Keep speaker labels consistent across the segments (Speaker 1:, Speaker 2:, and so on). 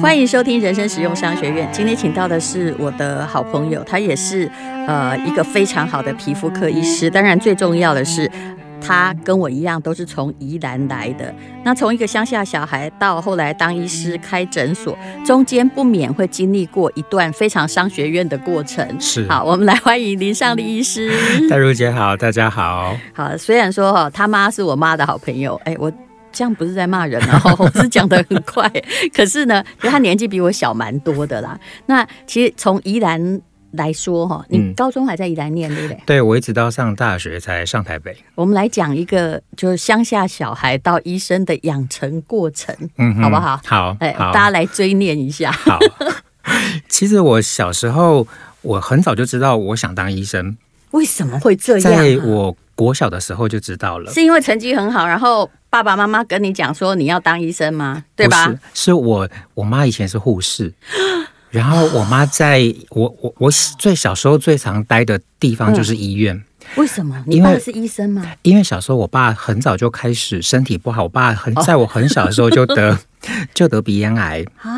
Speaker 1: 欢迎收听人生实用商学院。今天请到的是我的好朋友，他也是呃一个非常好的皮肤科医师。当然，最重要的是，他跟我一样都是从宜兰来的。那从一个乡下小孩到后来当医师、开诊所，中间不免会经历过一段非常商学院的过程。
Speaker 2: 是
Speaker 1: 好，我们来欢迎林尚立医师。
Speaker 2: 戴茹姐好，大家好。
Speaker 1: 好，虽然说哈，他妈是我妈的好朋友，哎，我这样不是在骂人哦， 我是讲的很快，可是呢，因为他年纪比我小蛮多的啦。那其实从宜兰来说哈，你
Speaker 2: 嗯
Speaker 1: 高中还在宜兰念对不对？
Speaker 2: 对我一直到上大学才上台北。
Speaker 1: 我们来讲一个就是乡下小孩到医生的养成过程，
Speaker 2: 嗯哼
Speaker 1: 好不好
Speaker 2: 好，
Speaker 1: 哎，
Speaker 2: 好
Speaker 1: 大家来追念一下。
Speaker 2: 好。 其实我小时候，我很早就知道我想当医生，
Speaker 1: 为什么会这样
Speaker 2: 在
Speaker 1: 啊、
Speaker 2: 我国小的时候就知道了。
Speaker 1: 是因为成绩很好，然后爸爸妈妈跟你讲说你要当医生吗？对吧
Speaker 2: 不？是？是我我妈以前是护士，然后我妈在我我我最小时候最常待的地方
Speaker 1: 嗯
Speaker 2: 就是医院。
Speaker 1: 为什么？你
Speaker 2: 因为
Speaker 1: 爸是医生吗？
Speaker 2: 因为小时候我爸很早就开始身体不好，我爸很
Speaker 1: 哦
Speaker 2: 在我很小的时候就得、 就得鼻咽癌
Speaker 1: 啊，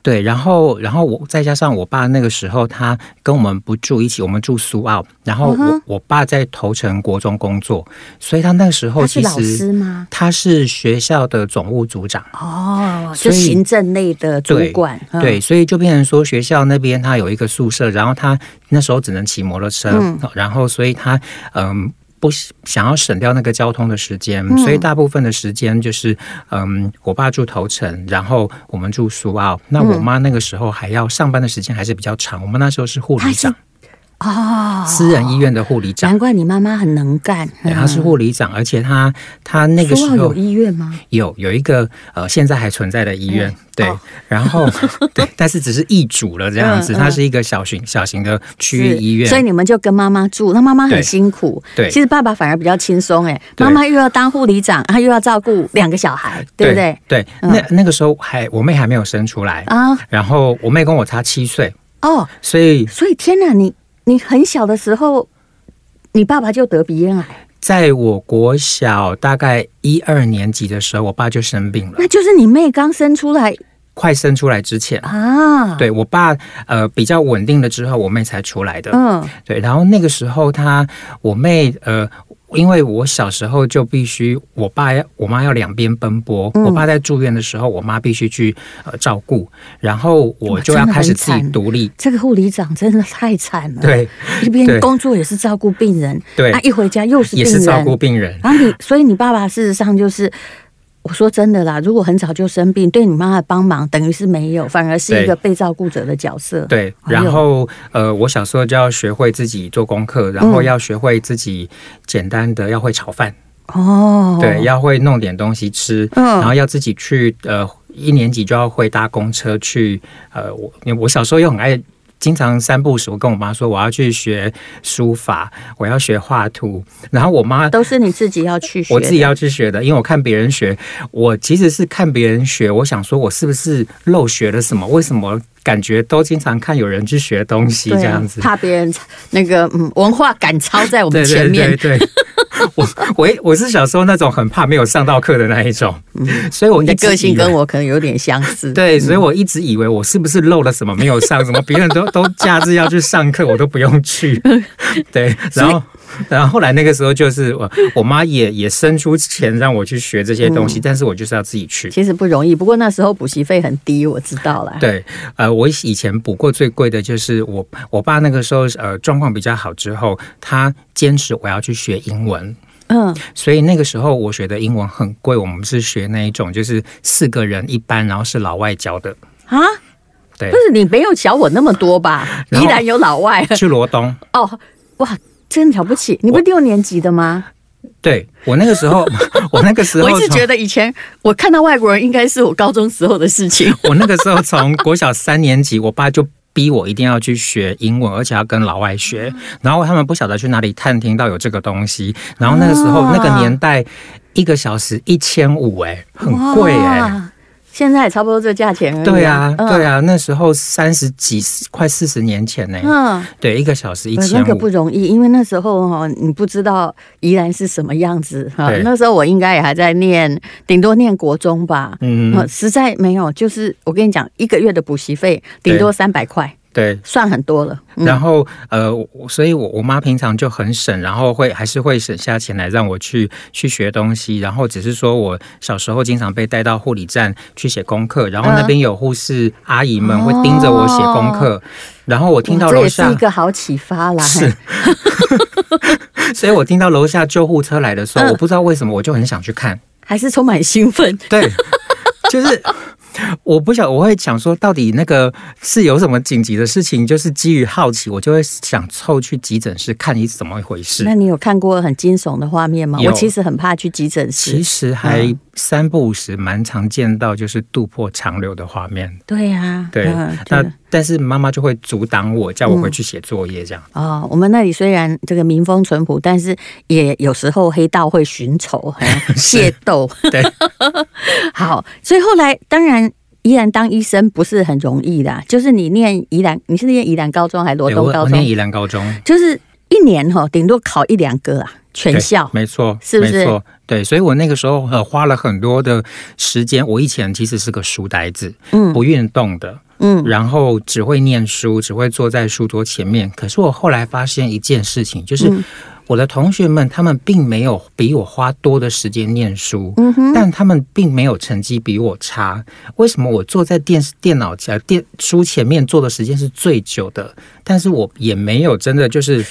Speaker 2: 对，然后然后我再加上我爸那个时候他跟我们不住一起，我们住苏澳，
Speaker 1: 嗯
Speaker 2: 然后我、我爸在头城国中工作，所以他那个时候
Speaker 1: 他是
Speaker 2: 其
Speaker 1: 老师
Speaker 2: 实
Speaker 1: 吗？
Speaker 2: 他是学校的总务组长。
Speaker 1: 哦，就
Speaker 2: 所以
Speaker 1: 行政类的主
Speaker 2: 对
Speaker 1: 管，嗯
Speaker 2: 对，，所以就变成说学校那边他有一个宿舍，然后他那时候只能骑摩托车，
Speaker 1: 嗯
Speaker 2: 然后所以他嗯不喜想要省掉那个交通的时间，
Speaker 1: 嗯
Speaker 2: 所以大部分的时间就是嗯我爸住头城，然后我们住苏澳，那我
Speaker 1: 嗯
Speaker 2: 妈那个时候还要上班的时间还是比较长，我们那时候是护
Speaker 1: 她
Speaker 2: 理
Speaker 1: 是
Speaker 2: 长，
Speaker 1: 哦，
Speaker 2: 私人医院的护理长
Speaker 1: 难。怪你妈妈很能干，
Speaker 2: 对，他是护理长，而且他他那个
Speaker 1: 苏澳
Speaker 2: 时候
Speaker 1: 有医院吗？
Speaker 2: 有有一个呃，现在还存在的医院，对，
Speaker 1: 哦
Speaker 2: 然 后对，但是只是易主了这样
Speaker 1: 嗯
Speaker 2: 子，
Speaker 1: 嗯
Speaker 2: 它是一个小型小型的区域
Speaker 1: 是
Speaker 2: 医院，
Speaker 1: 所以你们就跟妈妈住，那妈妈很
Speaker 2: 对
Speaker 1: 辛苦。
Speaker 2: 对
Speaker 1: 其实爸爸反而比较轻松哎，
Speaker 2: 对
Speaker 1: 妈妈又要当护理长，她又要照顾两个小孩，对不对？？
Speaker 2: 对，
Speaker 1: 嗯
Speaker 2: 那那个时候还我妹还没有生出来，
Speaker 1: 啊，
Speaker 2: 然后我妹跟我差七岁，
Speaker 1: 哦，
Speaker 2: 所以
Speaker 1: 所以天哪，你你很小的时候，你爸爸就得鼻咽癌，
Speaker 2: 在我国小大概一二年级的时候，我爸就生病了，
Speaker 1: 那就是你妹刚生出来
Speaker 2: 快生出来之前。
Speaker 1: 啊，，
Speaker 2: 对我爸，呃，比较稳定了之后，我妹才出来的。
Speaker 1: 嗯，
Speaker 2: 对，然后那个时候她，我妹，呃，因为我小时候就必须，我爸要我妈要两边奔波。
Speaker 1: 嗯
Speaker 2: 我爸在住院的时候，我妈必须去呃照顾，然后我
Speaker 1: 哇
Speaker 2: 就
Speaker 1: 真
Speaker 2: 要
Speaker 1: 的
Speaker 2: 开
Speaker 1: 很
Speaker 2: 始自己
Speaker 1: 惨
Speaker 2: 独立。
Speaker 1: 这个护理长真的太惨了，。
Speaker 2: 对
Speaker 1: 一边
Speaker 2: 对
Speaker 1: 工作也是照顾病人，
Speaker 2: 对，
Speaker 1: 啊，一回家又是
Speaker 2: 也
Speaker 1: 病
Speaker 2: 是
Speaker 1: 人，
Speaker 2: 照顾病人。
Speaker 1: 然后你，所以你爸爸事实上就是，我说真的啦，如果很早就生病，对你妈妈的帮忙等于是没有，反而是一个被照顾者的角色。，
Speaker 2: 对，
Speaker 1: 哎呦
Speaker 2: 然后呃，我小时候就要学会自己做功课，然
Speaker 1: 嗯
Speaker 2: 后要学会自己简单的要会炒饭，
Speaker 1: 哦，
Speaker 2: 对，，要会弄点东西吃，
Speaker 1: 嗯
Speaker 2: 然后要自己去呃，一年级就要会搭公车去呃，我因为我小时候又很爱。经常三不时，我跟我妈说我要去学书法，我要学画图。然后我妈，
Speaker 1: 都是你自己要去学的。
Speaker 2: 我自己要去学的，因为我看别人学，我其实是看别人学，我想说我是不是漏学了什么？为什么感觉都经常看有人去学东西
Speaker 1: 对啊
Speaker 2: 这样子？
Speaker 1: 怕别人那个嗯文化赶超在我们
Speaker 2: 对
Speaker 1: 前
Speaker 2: 对
Speaker 1: 面。
Speaker 2: 对对， 我我我是小时候那种很怕没有上到课的那一种，所以我
Speaker 1: 嗯你的
Speaker 2: 一直
Speaker 1: 个性
Speaker 2: 以为
Speaker 1: 跟我可能有点相似。
Speaker 2: 对，所以我一直以为我是不是漏了什么没有上，什么别人都 都假日要去上课，我都不用去。对，然后然后后来那个时候就是我我妈也也生出钱让我去学这些东西，但是我就是要自己去。
Speaker 1: 其实不容易，不过那时候补习费很低，我知道啦。
Speaker 2: 对，呃，我以前补过最贵的就是我我爸那个时候呃状况比较好之后，他坚持我要去学英文。
Speaker 1: 嗯，
Speaker 2: 所以那个时候我学的英文很贵，我们是学那一种就是四个人一班，然后是老外教的，
Speaker 1: 啊，
Speaker 2: 对
Speaker 1: 不，是你没有小我那么多吧？
Speaker 2: 然
Speaker 1: 依
Speaker 2: 后
Speaker 1: 然有老外啊
Speaker 2: 去罗东。
Speaker 1: 哦，哇，真了不起！你不是六年级的吗？
Speaker 2: 对我那个时候， 我那个时候
Speaker 1: 我
Speaker 2: 从，
Speaker 1: 一直觉得以前我看到外国人应该是我高中时候的事情。
Speaker 2: 我那个时候从国小三年级，我爸就。逼我一定要去学英文，而且要跟老外学。
Speaker 1: 嗯
Speaker 2: 然后他们不晓得去哪里探听到有这个东西。然后那个时候、
Speaker 1: 啊
Speaker 2: 那个年代，一个小时一千五，哎，很贵哎、
Speaker 1: 哇现在也差不多这价钱而已、
Speaker 2: 对啊，
Speaker 1: 嗯
Speaker 2: 对啊，那时候三十几、快四十年前呢、
Speaker 1: 嗯，
Speaker 2: 对，一个小时一
Speaker 1: 呃
Speaker 2: 千
Speaker 1: 那个不
Speaker 2: 五，
Speaker 1: 容易，因为那时候哈，你不知道宜兰是什么样子哈
Speaker 2: 对。
Speaker 1: 那时候我应该也还在念，顶多念国中吧。
Speaker 2: 嗯
Speaker 1: 嗯，，实在没有，就是我跟你讲，一个月的补习费顶多三百块，
Speaker 2: 对。
Speaker 1: 算很多了。嗯
Speaker 2: 然后呃，我所以我我妈平常就很省，然后会还是会省下钱来让我去去学东西。然后只是说我小时候经常被带到护理站去写功课，然后那边有护士阿姨们会盯着我写功课，然后我听到
Speaker 1: 哇这
Speaker 2: 楼
Speaker 1: 也是
Speaker 2: 下
Speaker 1: 一个好启发啦。
Speaker 2: 是
Speaker 1: 嘿，
Speaker 2: 所以我听到楼下救护车来的时候，
Speaker 1: 嗯
Speaker 2: 我不知道为什么我就很想去看，
Speaker 1: 还是充满兴奋。
Speaker 2: 对，就是。我不想，我会想说，到底那个是有什么紧急的事情？就是基于好奇，我就会想凑去急诊室看你怎么一回事。
Speaker 1: 那你有看过很惊悚的画面吗？
Speaker 2: 有
Speaker 1: 我其实很怕去急诊
Speaker 2: 其
Speaker 1: 室。
Speaker 2: 实
Speaker 1: 嗯
Speaker 2: 还三不五时，蛮常见到就是渡破长流的画面。
Speaker 1: 对呀、
Speaker 2: 对，
Speaker 1: 嗯就
Speaker 2: 那但是妈妈就会阻挡我，叫我回去写作业这样。
Speaker 1: 哦，我们那里虽然这个民风淳朴，但是也有时候黑道会寻仇、 嘿械斗。
Speaker 2: 对，
Speaker 1: 好，所以后来当然。宜兰当医生不是很容易的啊，就是你念宜兰，你是念宜兰高中还是罗
Speaker 2: 对
Speaker 1: 东
Speaker 2: 哎我
Speaker 1: 嗯高
Speaker 2: 我
Speaker 1: 中？
Speaker 2: 念宜兰高中，
Speaker 1: 就是一年哈，顶多考一两个啊，全
Speaker 2: 对
Speaker 1: 校。
Speaker 2: 没错，
Speaker 1: 是不是
Speaker 2: 没错，对，所以我那个时候呃花了很多的时间。我以前其实是个书呆子，
Speaker 1: 嗯
Speaker 2: 不运动的，
Speaker 1: 嗯，
Speaker 2: 然后只会念书，只会坐在书桌前面。可是我后来发现一件事情，就是
Speaker 1: 嗯
Speaker 2: 我的同学们，他们并没有比我花多的时间念书，
Speaker 1: 嗯哼
Speaker 2: 但他们并没有成绩比我差。为什么我坐在电视、电脑前、电书前面坐的时间是最久的？但是我也没有真的就是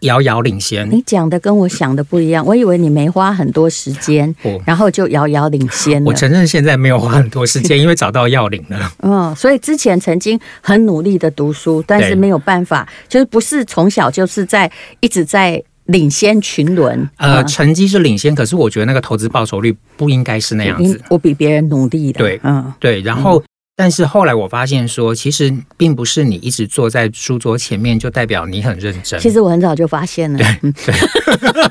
Speaker 2: 遥遥领先。
Speaker 1: 你讲的跟我想的不一样，我以为你没花很多时间，
Speaker 2: 我
Speaker 1: 然后就遥遥领先
Speaker 2: 哦我
Speaker 1: 了。
Speaker 2: 承认现在没有花很多时 间，因为找到要领了。
Speaker 1: 嗯，所以之前曾经很努力的读书，但是
Speaker 2: 对
Speaker 1: 没有办法，就是不是从小就是在一直在领先群伦。
Speaker 2: 呃，
Speaker 1: 嗯
Speaker 2: 成绩是领先，可是我觉得那个投资报酬率不应该是那样
Speaker 1: 你
Speaker 2: 子。
Speaker 1: 我比别人努力的。
Speaker 2: 对
Speaker 1: 嗯，
Speaker 2: 对，然后、但是后来我发现说，其实并不是你一直坐在书桌前面就代表你很认真。
Speaker 1: 其实我很早就发现了。嗯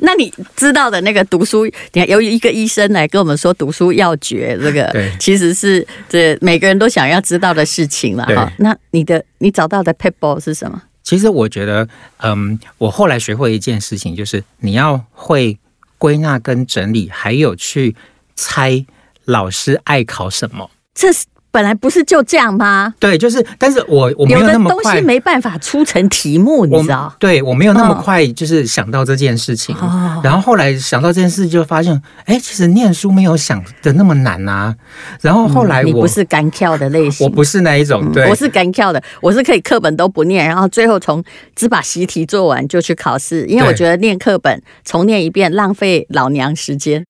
Speaker 1: 那你知道的那个读书，你看，由于一个医生来跟我们说读书要诀，这个
Speaker 2: 对
Speaker 1: 其实是这每个人都想要知道的事情了
Speaker 2: 对
Speaker 1: 哈。那你的你找到的 p e b b l e 是什么？
Speaker 2: 其实我觉得，嗯，我后来学会一件事情，就是你要会归纳跟整理，还有去猜老师爱考什么。
Speaker 1: 这是本来不是就这样吗？
Speaker 2: 对，就是，但是我我没
Speaker 1: 有
Speaker 2: 有
Speaker 1: 的
Speaker 2: 那么
Speaker 1: 东
Speaker 2: 快
Speaker 1: 西，没办法出成题目，你
Speaker 2: 我
Speaker 1: 知道？
Speaker 2: 对我没有那么
Speaker 1: 嗯
Speaker 2: 快，就是想到这件事情。
Speaker 1: 哦
Speaker 2: 然后后来想到这件事，就发现，哎，其实念书没有想的那么难啊。然后后来
Speaker 1: 嗯你
Speaker 2: 我、
Speaker 1: 不是干跳的类型，嗯
Speaker 2: 我不是那一种，对，
Speaker 1: 我是敢跳的，我是可以课本都不念，然后最后从只把习题做完就去考试，因为
Speaker 2: 对
Speaker 1: 我觉得念课本重念一遍浪费老娘时间。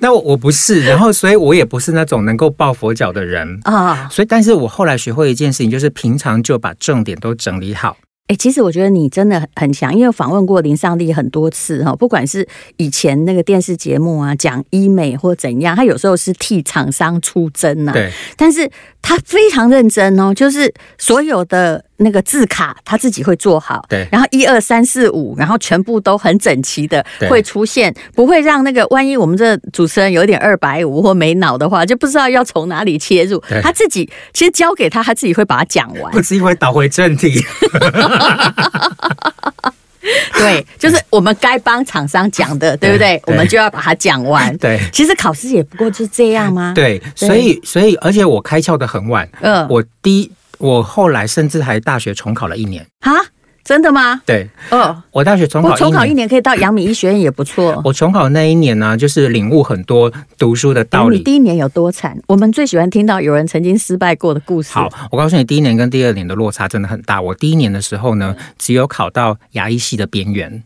Speaker 2: 那我我不是，然后所以我也不是那种能够抱佛脚的人。
Speaker 1: 啊，
Speaker 2: 所以，但是我后来学会一件事情，就是平常就把重点都整理好。
Speaker 1: 哎、其实我觉得你真的很很强，因为访问过林尚丽很多次哈，不管是以前那个电视节目啊，讲医美或怎样，他有时候是替厂商出征呐、啊
Speaker 2: 对，
Speaker 1: 但是他非常认真哦，就是所有的那个字卡他自己会做好，
Speaker 2: 对
Speaker 1: 然后一二三四五，然后全部都很整齐的
Speaker 2: 对
Speaker 1: 会出现，不会让那个万一我们这主持人有点二百五或没脑的话，就不知道要从哪里切入
Speaker 2: 对。
Speaker 1: 他自己其实交给他，他自己会把它讲 完
Speaker 2: 不。是因为倒回正题。
Speaker 1: 对，就是我们该帮厂商讲的，对不对
Speaker 2: 对？
Speaker 1: 我们就要把它讲完。
Speaker 2: 对
Speaker 1: 其实考试也不过就这样吗？，
Speaker 2: 对，所以所以，而且我开窍的很晚。
Speaker 1: 嗯，
Speaker 2: 我第一，我后来甚至还大学重考了一年。
Speaker 1: 啊，真的吗？
Speaker 2: 对
Speaker 1: 哦，
Speaker 2: 我大学重
Speaker 1: 我
Speaker 2: 考
Speaker 1: 重考
Speaker 2: 一
Speaker 1: 一
Speaker 2: 年，
Speaker 1: 年可以到阳明医学院也不错。
Speaker 2: 我重考那一年呢、就是领悟很多读书的
Speaker 1: 哎
Speaker 2: 道
Speaker 1: 你
Speaker 2: 理。
Speaker 1: 第一年有多惨？我们最喜欢听到有人曾经失败过的故事。
Speaker 2: 好，我告诉你，第一年跟第二年的落差真的很大。我第一年的时候呢，
Speaker 1: 嗯
Speaker 2: 只有考到牙医系的边缘，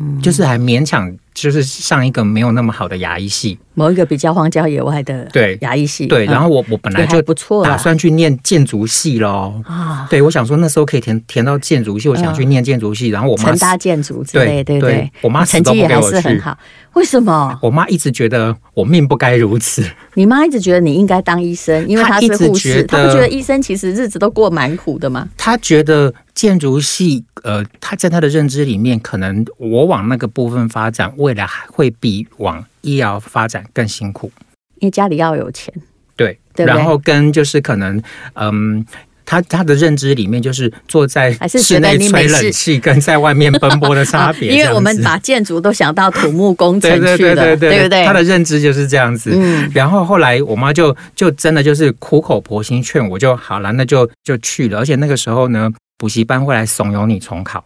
Speaker 1: 嗯
Speaker 2: 就是还勉强就是上一个没有那么好的牙医系。
Speaker 1: 某一个比较荒郊野外的
Speaker 2: 对
Speaker 1: 牙医系，
Speaker 2: 对，然后我我本
Speaker 1: 嗯
Speaker 2: 来
Speaker 1: 也
Speaker 2: 就
Speaker 1: 还不错啦
Speaker 2: 打算去念建筑系喽。
Speaker 1: 啊，
Speaker 2: 对，我想说那时候可以填填到建筑系，我想去念建筑系，然后我妈
Speaker 1: 成嗯大建筑之类，对
Speaker 2: 对
Speaker 1: 不对
Speaker 2: 对？我妈死
Speaker 1: 成
Speaker 2: 都
Speaker 1: 绩
Speaker 2: 不
Speaker 1: 也
Speaker 2: 给
Speaker 1: 还
Speaker 2: 我
Speaker 1: 是很
Speaker 2: 去。
Speaker 1: 好，为什么？
Speaker 2: 我妈一直觉得我命不该如此，
Speaker 1: 你妈一直觉得你应该当医生，因为
Speaker 2: 她
Speaker 1: 她
Speaker 2: 一
Speaker 1: 是
Speaker 2: 直
Speaker 1: 护
Speaker 2: 觉
Speaker 1: 士，
Speaker 2: 得
Speaker 1: 她不觉得医生其实日子都过蛮苦的吗？
Speaker 2: 她觉得建筑系，呃，她在她的认知里面，可能我往那个部分发展，未来还会比往医疗发展更辛苦。
Speaker 1: 因为家里要有钱，
Speaker 2: 对，
Speaker 1: 对不对
Speaker 2: 然后跟就是可能，嗯，他他的认知里面就是坐在
Speaker 1: 还是
Speaker 2: 室
Speaker 1: 觉得
Speaker 2: 内
Speaker 1: 你
Speaker 2: 吹
Speaker 1: 没
Speaker 2: 冷
Speaker 1: 事
Speaker 2: 气跟在外面奔波的差别，
Speaker 1: 啊因
Speaker 2: 这
Speaker 1: 为
Speaker 2: 样
Speaker 1: 我们
Speaker 2: 子
Speaker 1: 把建筑都想到土木工程
Speaker 2: 对对
Speaker 1: 去
Speaker 2: 对
Speaker 1: 的，
Speaker 2: 对
Speaker 1: 对不对
Speaker 2: 他？的认知就是这样子。
Speaker 1: 嗯
Speaker 2: 然后后来我妈就就真的就是苦口婆心劝我就好了，那就就去了。而且那个时候呢，补习班会来怂恿你重考，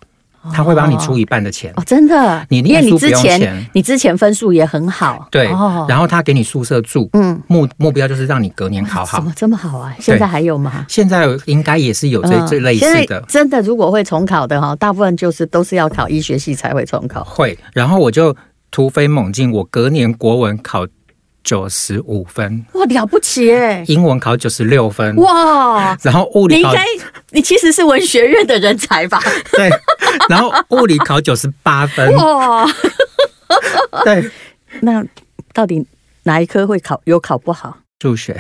Speaker 2: 他会帮你出一半的钱。
Speaker 1: 哦，真的，
Speaker 2: 你
Speaker 1: 因为
Speaker 2: 念
Speaker 1: 你
Speaker 2: 书不
Speaker 1: 之
Speaker 2: 用
Speaker 1: 前
Speaker 2: 钱
Speaker 1: 你之前分数也很好，
Speaker 2: 对，
Speaker 1: 哦，
Speaker 2: 然后他给你宿舍住，
Speaker 1: 嗯，
Speaker 2: 目目标就是让你隔年考好
Speaker 1: 怎么。这么好啊？现在还有吗？
Speaker 2: 现在应该也是有这、这类
Speaker 1: 嗯现
Speaker 2: 似
Speaker 1: 在
Speaker 2: 的。
Speaker 1: 真的，如果会重考的哈，大部分就是都是要考医学系才会重考。
Speaker 2: 会，然后我就突飞猛进，我隔年国文考九十五分，
Speaker 1: 哇，了不起哎！
Speaker 2: 英文考九十六分，
Speaker 1: 哇，
Speaker 2: 然后物
Speaker 1: 你
Speaker 2: 理
Speaker 1: 应
Speaker 2: 考
Speaker 1: 该，你其实是文学院的人才吧？
Speaker 2: 对，然后物理考九十八分，
Speaker 1: 哇，
Speaker 2: 对，
Speaker 1: 那到底哪一科会考有考不好？
Speaker 2: 数学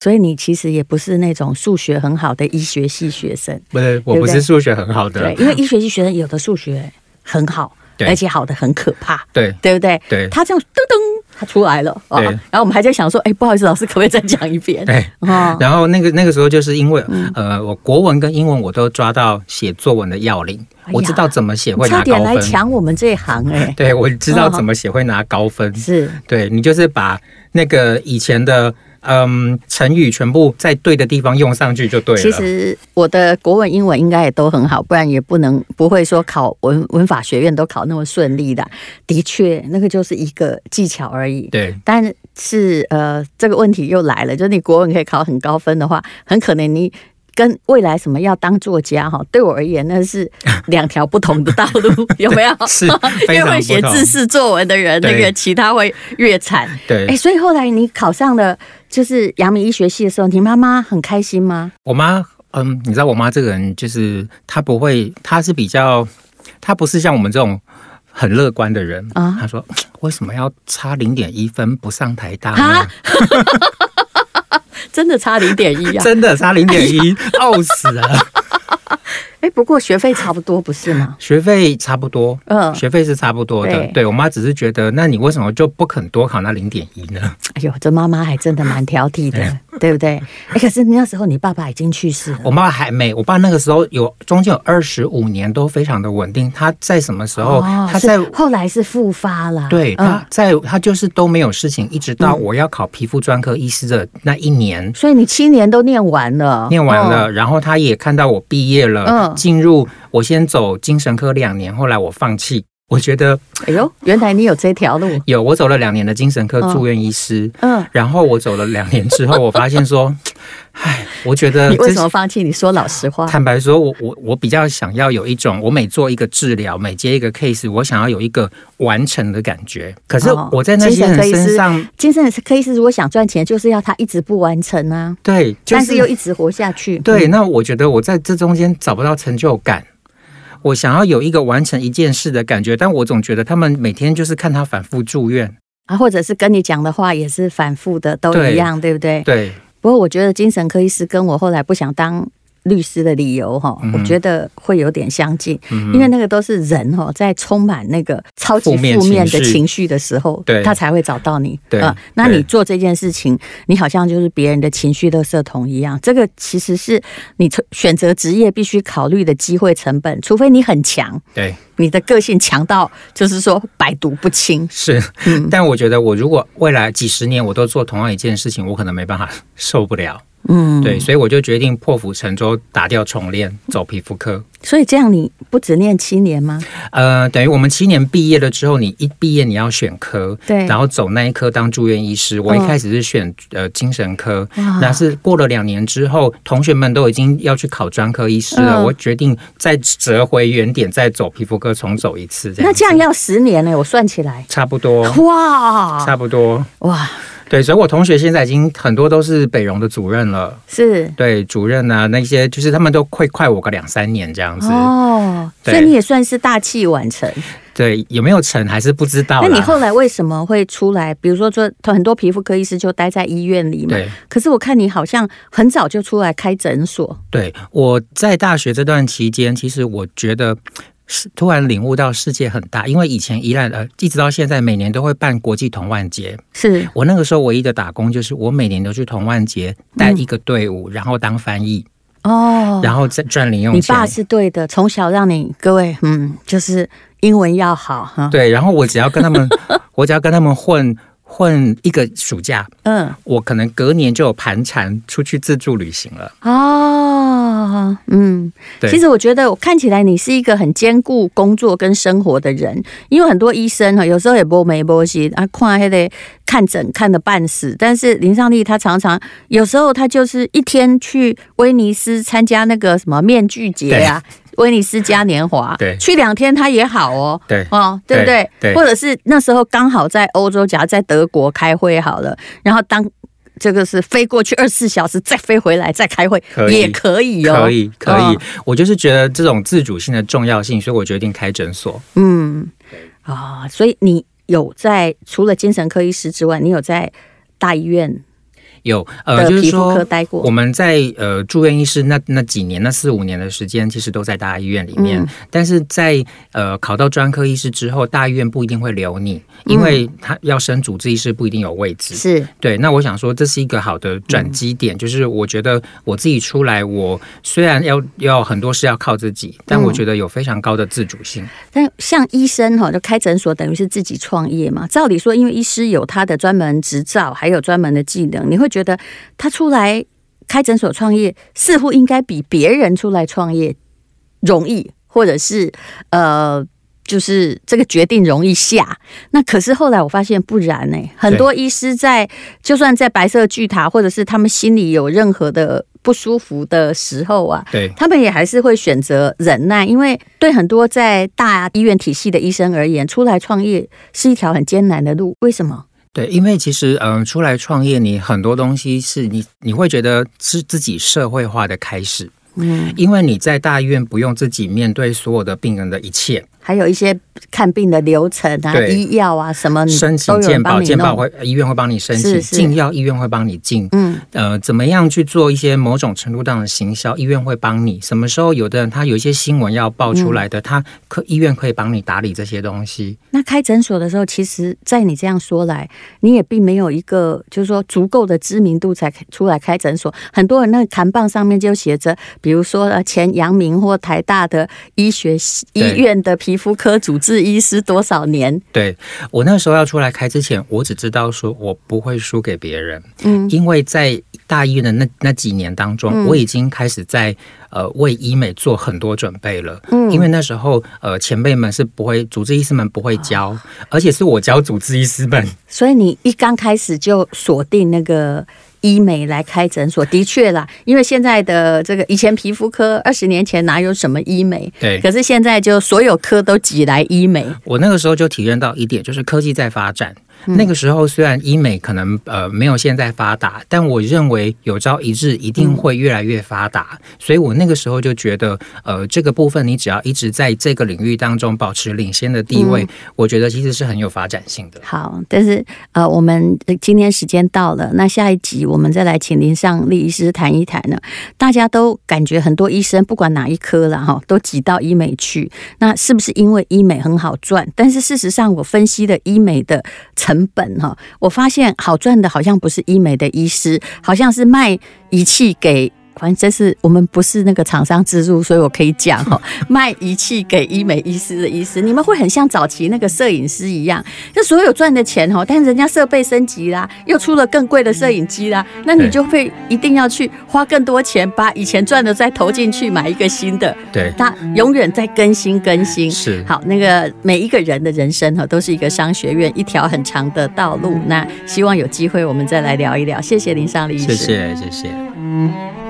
Speaker 1: 所以你其实也不是那种数学很好的医学系学生，
Speaker 2: 不是，我
Speaker 1: 对不
Speaker 2: 不
Speaker 1: 对
Speaker 2: 是数学很好的
Speaker 1: 对，，因为医学系学生有的数学很好，
Speaker 2: 对
Speaker 1: 而且好的很可怕，
Speaker 2: 对
Speaker 1: 对不对？
Speaker 2: 对
Speaker 1: 他这样噔噔，他出来了啊、
Speaker 2: 对
Speaker 1: 然后我们还在想说，哎，不好意思，老师可不可以再讲一遍？
Speaker 2: 对。
Speaker 1: 哦，
Speaker 2: 然后那个那个时候就是因为，
Speaker 1: 嗯
Speaker 2: 呃，我国文跟英文我都抓到写作文的要领，
Speaker 1: 哎呀
Speaker 2: 我知道怎么写会
Speaker 1: 差
Speaker 2: 拿
Speaker 1: 点
Speaker 2: 高
Speaker 1: 来
Speaker 2: 分，
Speaker 1: 抢我们这一行哎、
Speaker 2: 对我知道怎么写会拿高分，
Speaker 1: 是
Speaker 2: 对你就是把那个以前的嗯成语全部在对的地方用上去就对了。
Speaker 1: 其实我的国文、英文应该也都很好，不然也不能不会说考文文法学院都考那么顺利的。的确，那个就是一个技巧而已。
Speaker 2: 对
Speaker 1: 但是呃，这个问题又来了，就是你国文可以考很高分的话，很可能你。跟未来什么要当作家哈，对我而言那是两条不同的道 路，有没有？
Speaker 2: 是 非
Speaker 1: 越
Speaker 2: 常
Speaker 1: 会写
Speaker 2: 不同
Speaker 1: 自式作文的人，那
Speaker 2: 对
Speaker 1: 个其他会越惨。
Speaker 2: 对
Speaker 1: 哎、所以后来你考上了就是阳明医学系的时候，你妈妈很开心吗？
Speaker 2: 我妈，嗯，你知道我妈这个人，就是她不会，她是比较，她不是像我们这种很乐观的人
Speaker 1: 啊
Speaker 2: 她说为什么要差零点一分不上台大
Speaker 1: 啊
Speaker 2: 呢？
Speaker 1: 真的差零点一啊！
Speaker 2: 真的差零点一，懊死了。
Speaker 1: 哎，不过学费差不多不是吗？
Speaker 2: 学费差不多。
Speaker 1: 嗯，
Speaker 2: 学费是差不多的，
Speaker 1: 对
Speaker 2: 对我妈只是觉得，那你为什么就不肯多考那零点一呢？
Speaker 1: 哎呦，这妈妈还真的蛮挑剔的，对哦不对？哎，可是那时候你爸爸已经去世了
Speaker 2: 我妈还没，我爸那个时候有中间有二十五年都非常的稳定，他在什么时候？他
Speaker 1: 哦是
Speaker 2: 在
Speaker 1: 后来是复发了，
Speaker 2: 对，
Speaker 1: 嗯
Speaker 2: 他，在他就是都没有事情，一直到我要考皮肤专科医师的那一年。
Speaker 1: 所以你七年都念完了，
Speaker 2: 念完了，
Speaker 1: 嗯，
Speaker 2: 然后他也看到我毕业了，
Speaker 1: 嗯
Speaker 2: 进入我先走精神科两年，后来我放弃，我觉得
Speaker 1: 哎呦，原来你有这条路，
Speaker 2: 有我走了两年的精神科
Speaker 1: 嗯
Speaker 2: 住院医师，
Speaker 1: 嗯。
Speaker 2: 然后我走了两年之后，我发现说， 唉，我觉得
Speaker 1: 你为
Speaker 2: 这
Speaker 1: 什么放弃？你说老实话，
Speaker 2: 坦白说，我我我比较想要有一种，我每做一个治疗，每接一个 case，我想要有一个完成的感觉。可是
Speaker 1: 哦
Speaker 2: 我在那些
Speaker 1: 精神
Speaker 2: 人
Speaker 1: 科医师
Speaker 2: 身上，
Speaker 1: 精神科医师如果想赚钱，就是要他一直不完成啊，
Speaker 2: 对，就
Speaker 1: 但是又一直活下去。
Speaker 2: 对，那我觉得我在这中间找不到成就感。我想要有一个完成一件事的感觉，但我总觉得他们每天就是看他反复住院。
Speaker 1: 啊，或者是跟你讲的话也是反复的，都
Speaker 2: 对
Speaker 1: 一样，对不对？
Speaker 2: 对，
Speaker 1: 不过我觉得精神科医师跟我后来不想当律师的理由哈，
Speaker 2: 嗯
Speaker 1: 我觉得会有点相近，因为那个都是人哈，在充满那个超级
Speaker 2: 负面
Speaker 1: 负面的
Speaker 2: 情绪
Speaker 1: 情绪的时候
Speaker 2: 对，
Speaker 1: 他才会找到你。
Speaker 2: 对
Speaker 1: 呃那
Speaker 2: 对
Speaker 1: 你做这件事情，你好像就是别人的情绪垃圾桶一样。这个其实是你从选择职业必须考虑的机会成本，除非你很强，
Speaker 2: 对，
Speaker 1: 你的个性强到就是说百毒不侵。
Speaker 2: 是。
Speaker 1: 嗯
Speaker 2: 但我觉得我如果未来几十年我都做同样一件事情，我可能没办法 受不了。
Speaker 1: 嗯，
Speaker 2: 对，所以我就决定破釜沉舟，打掉重练，走皮肤科。
Speaker 1: 所以这样你不只念七年吗？
Speaker 2: 呃，等于我们七年毕业了之后，你一毕业你要选科，
Speaker 1: 对
Speaker 2: 然后走那一科当住院医师。我一
Speaker 1: 嗯
Speaker 2: 开始是选、呃精神科
Speaker 1: 哇，
Speaker 2: 那是过了两年之后，同学们都已经要去考专科医师了，
Speaker 1: 嗯
Speaker 2: 我决定再折回原点，再走皮肤科重走一次。这样
Speaker 1: 那
Speaker 2: 子
Speaker 1: 这样要十年呢、我算起来。
Speaker 2: 差不多，
Speaker 1: 哇
Speaker 2: 差不多。
Speaker 1: 哇，
Speaker 2: 对，所以我同学现在已经很多都是北荣的主任了，
Speaker 1: 是
Speaker 2: 对，主任啊那些，就是他们都快快我个两三年这样子。
Speaker 1: 哦，所
Speaker 2: 对
Speaker 1: 以你也算是大器晚成。
Speaker 2: 对，有没有成还是不知道啦。
Speaker 1: 那你后来为什么会出来？比如说做很多皮肤科医师就待在医院里嘛
Speaker 2: 对，
Speaker 1: 可是我看你好像很早就出来开诊所，
Speaker 2: 对，我在大学这段期间，其实我觉得是突然领悟到世界很大，因为以前宜兰呃，一直到现在每年都会办国际童万节。
Speaker 1: 是
Speaker 2: 我那个时候唯一的打工就是我每年都去童万节带一个队伍，然后当翻译，
Speaker 1: 哦。
Speaker 2: 然后再赚零用
Speaker 1: 你
Speaker 2: 钱
Speaker 1: 爸。是对的，从小让你各位，嗯，就是英文要好哈。
Speaker 2: 对，然后我只要跟他们，我只要跟他们混混一个暑假，
Speaker 1: 嗯，
Speaker 2: 我可能隔年就有盘缠出去自助旅行了。
Speaker 1: 哦，嗯，
Speaker 2: 对
Speaker 1: 其实我觉得我看起来你是一个很兼顾工作跟生活的人，因为很多医生哈，有时候也波没波西啊，看还得看诊看得半死，但是林尚丽她常常有时候她就是一天去威尼斯参加那个什么面具节啊。威尼斯嘉年华，
Speaker 2: 对
Speaker 1: 去两天她也好哦，
Speaker 2: 对
Speaker 1: 哦，对不对？
Speaker 2: 对对
Speaker 1: 或者是那时候刚好在欧洲，假如在德国开会好了，然后当这个是飞过去二十四小时，再飞回来再开会
Speaker 2: 可以
Speaker 1: 也可以哦，
Speaker 2: 可以，可以
Speaker 1: 哦，
Speaker 2: 我就是觉得这种自主性的重要性，所以我决定开诊所。
Speaker 1: 嗯，啊、所以你有在除了精神科医师之外，你有在大医院
Speaker 2: 有呃，
Speaker 1: 的
Speaker 2: 就是
Speaker 1: 皮肤科
Speaker 2: 说。
Speaker 1: 待
Speaker 2: 我
Speaker 1: 过？
Speaker 2: 们在呃住院医师那那几年那四五年的时间，其实都在大医院里面。
Speaker 1: 嗯
Speaker 2: 但是在呃考到专科医师之后，大医院不一定会留你，因为他要升主治医师不一定有位置。
Speaker 1: 嗯是，
Speaker 2: 对，那我想说这是一个好的转机点，就是我觉得我自己出来，我虽然要要很多事要靠自己，但
Speaker 1: 嗯
Speaker 2: 我觉得有非常高的自主性。
Speaker 1: 但像医生哈、就开诊所等于是自己创业嘛。照理说，因为医师有他的专门执照，还有专门的技能，你会觉得他出来开诊所创业，似乎应该比别人出来创业容易，或者是呃。就是这个决定容易下，那可是后来我发现不然呢、很多医师在就算在白色巨塔，或者是他们心里有任何的不舒服的时候啊，
Speaker 2: 对，
Speaker 1: 他们也还是会选择忍耐，因为对很多在大医院体系的医生而言，出来创业是一条很艰难的路。为什么？
Speaker 2: 对，因为其实嗯、呃出来创业，你很多东西是你你会觉得是自己社会化的开始，
Speaker 1: 嗯，
Speaker 2: 因为你在大医院不用自己面对所有的病人的一切，
Speaker 1: 还有一些看病的流程啊、
Speaker 2: 对
Speaker 1: 医药啊什么，
Speaker 2: 申
Speaker 1: 都
Speaker 2: 请
Speaker 1: 有
Speaker 2: 健
Speaker 1: 人
Speaker 2: 保，
Speaker 1: 帮你
Speaker 2: 健保
Speaker 1: 弄。
Speaker 2: 会医院会帮你申
Speaker 1: 是
Speaker 2: 请，
Speaker 1: 是
Speaker 2: 进药医院会帮你进，
Speaker 1: 嗯，
Speaker 2: 呃，怎么样去做一些某种程度上的行销，医院会帮你。什么时候有的人他有一些新闻要
Speaker 1: 嗯
Speaker 2: 爆出来的，他可医院可以帮你打理这些东西。
Speaker 1: 那开诊所的时候，其实，在你这样说来，你也并没有一个就是说足够的知名度才开出来开诊所。很多人那个扛棒上面就写着，比如说呃，前阳明或台大的医学系
Speaker 2: 对
Speaker 1: 医院的皮肤科主治医师多少年，
Speaker 2: 对我那时候要出来开之前，我只知道说我不会输给别人，
Speaker 1: 嗯，
Speaker 2: 因为在大医院的那那几年当中，我已经开始在呃为医美做很多准备了。嗯，因为那时候呃前辈们是不会，主治医师们不会教，而且是我教主治医师们。
Speaker 1: 所以你一刚开始就锁定那个医美来开诊所，的确啦，因为现在的这个以前皮肤科二十年前哪有什么医美，
Speaker 2: 对
Speaker 1: 可是现在就所有科都挤来医美，
Speaker 2: 我那个时候就体验到一点，就是科技在发展。那个时候虽然医美可能呃没有现在发达，但我认为有朝一日一定会越来越发达，所以我那个时候就觉得，呃，这个部分你只要一直在这个领域当中保持领先的地位，我觉得其实是很有发展性的。
Speaker 1: 好，但是呃，我们呃今天时间到了，那下一集我们再来请林尚丽医师谈一谈呢。大家都感觉很多医生不管哪一科了哈，都挤到医美去，那是不是因为医美很好赚？但是事实上，我分析的医美的成本哈，我发现好赚的好像不是医美的医师，好像是卖仪器给。反正这是我们不是那个厂商植入，所以我可以讲 哈，卖仪器给医美医师的医师，你们会很像早期那个摄影师一样，就所有赚的钱哦，但是人家设备升级啦，又出了更贵的摄影机啦，那你
Speaker 2: 对
Speaker 1: 就会一定要去花更多钱，把以前赚的再投进去买一个新的，
Speaker 2: 对，
Speaker 1: 它永远在更新更新。
Speaker 2: 是
Speaker 1: 好，那个每一个人的人生哈，都是一个商学院一条很长的嗯道路。那希望有机会我们再来聊一聊。谢谢林尚林医师。
Speaker 2: 谢谢，谢谢。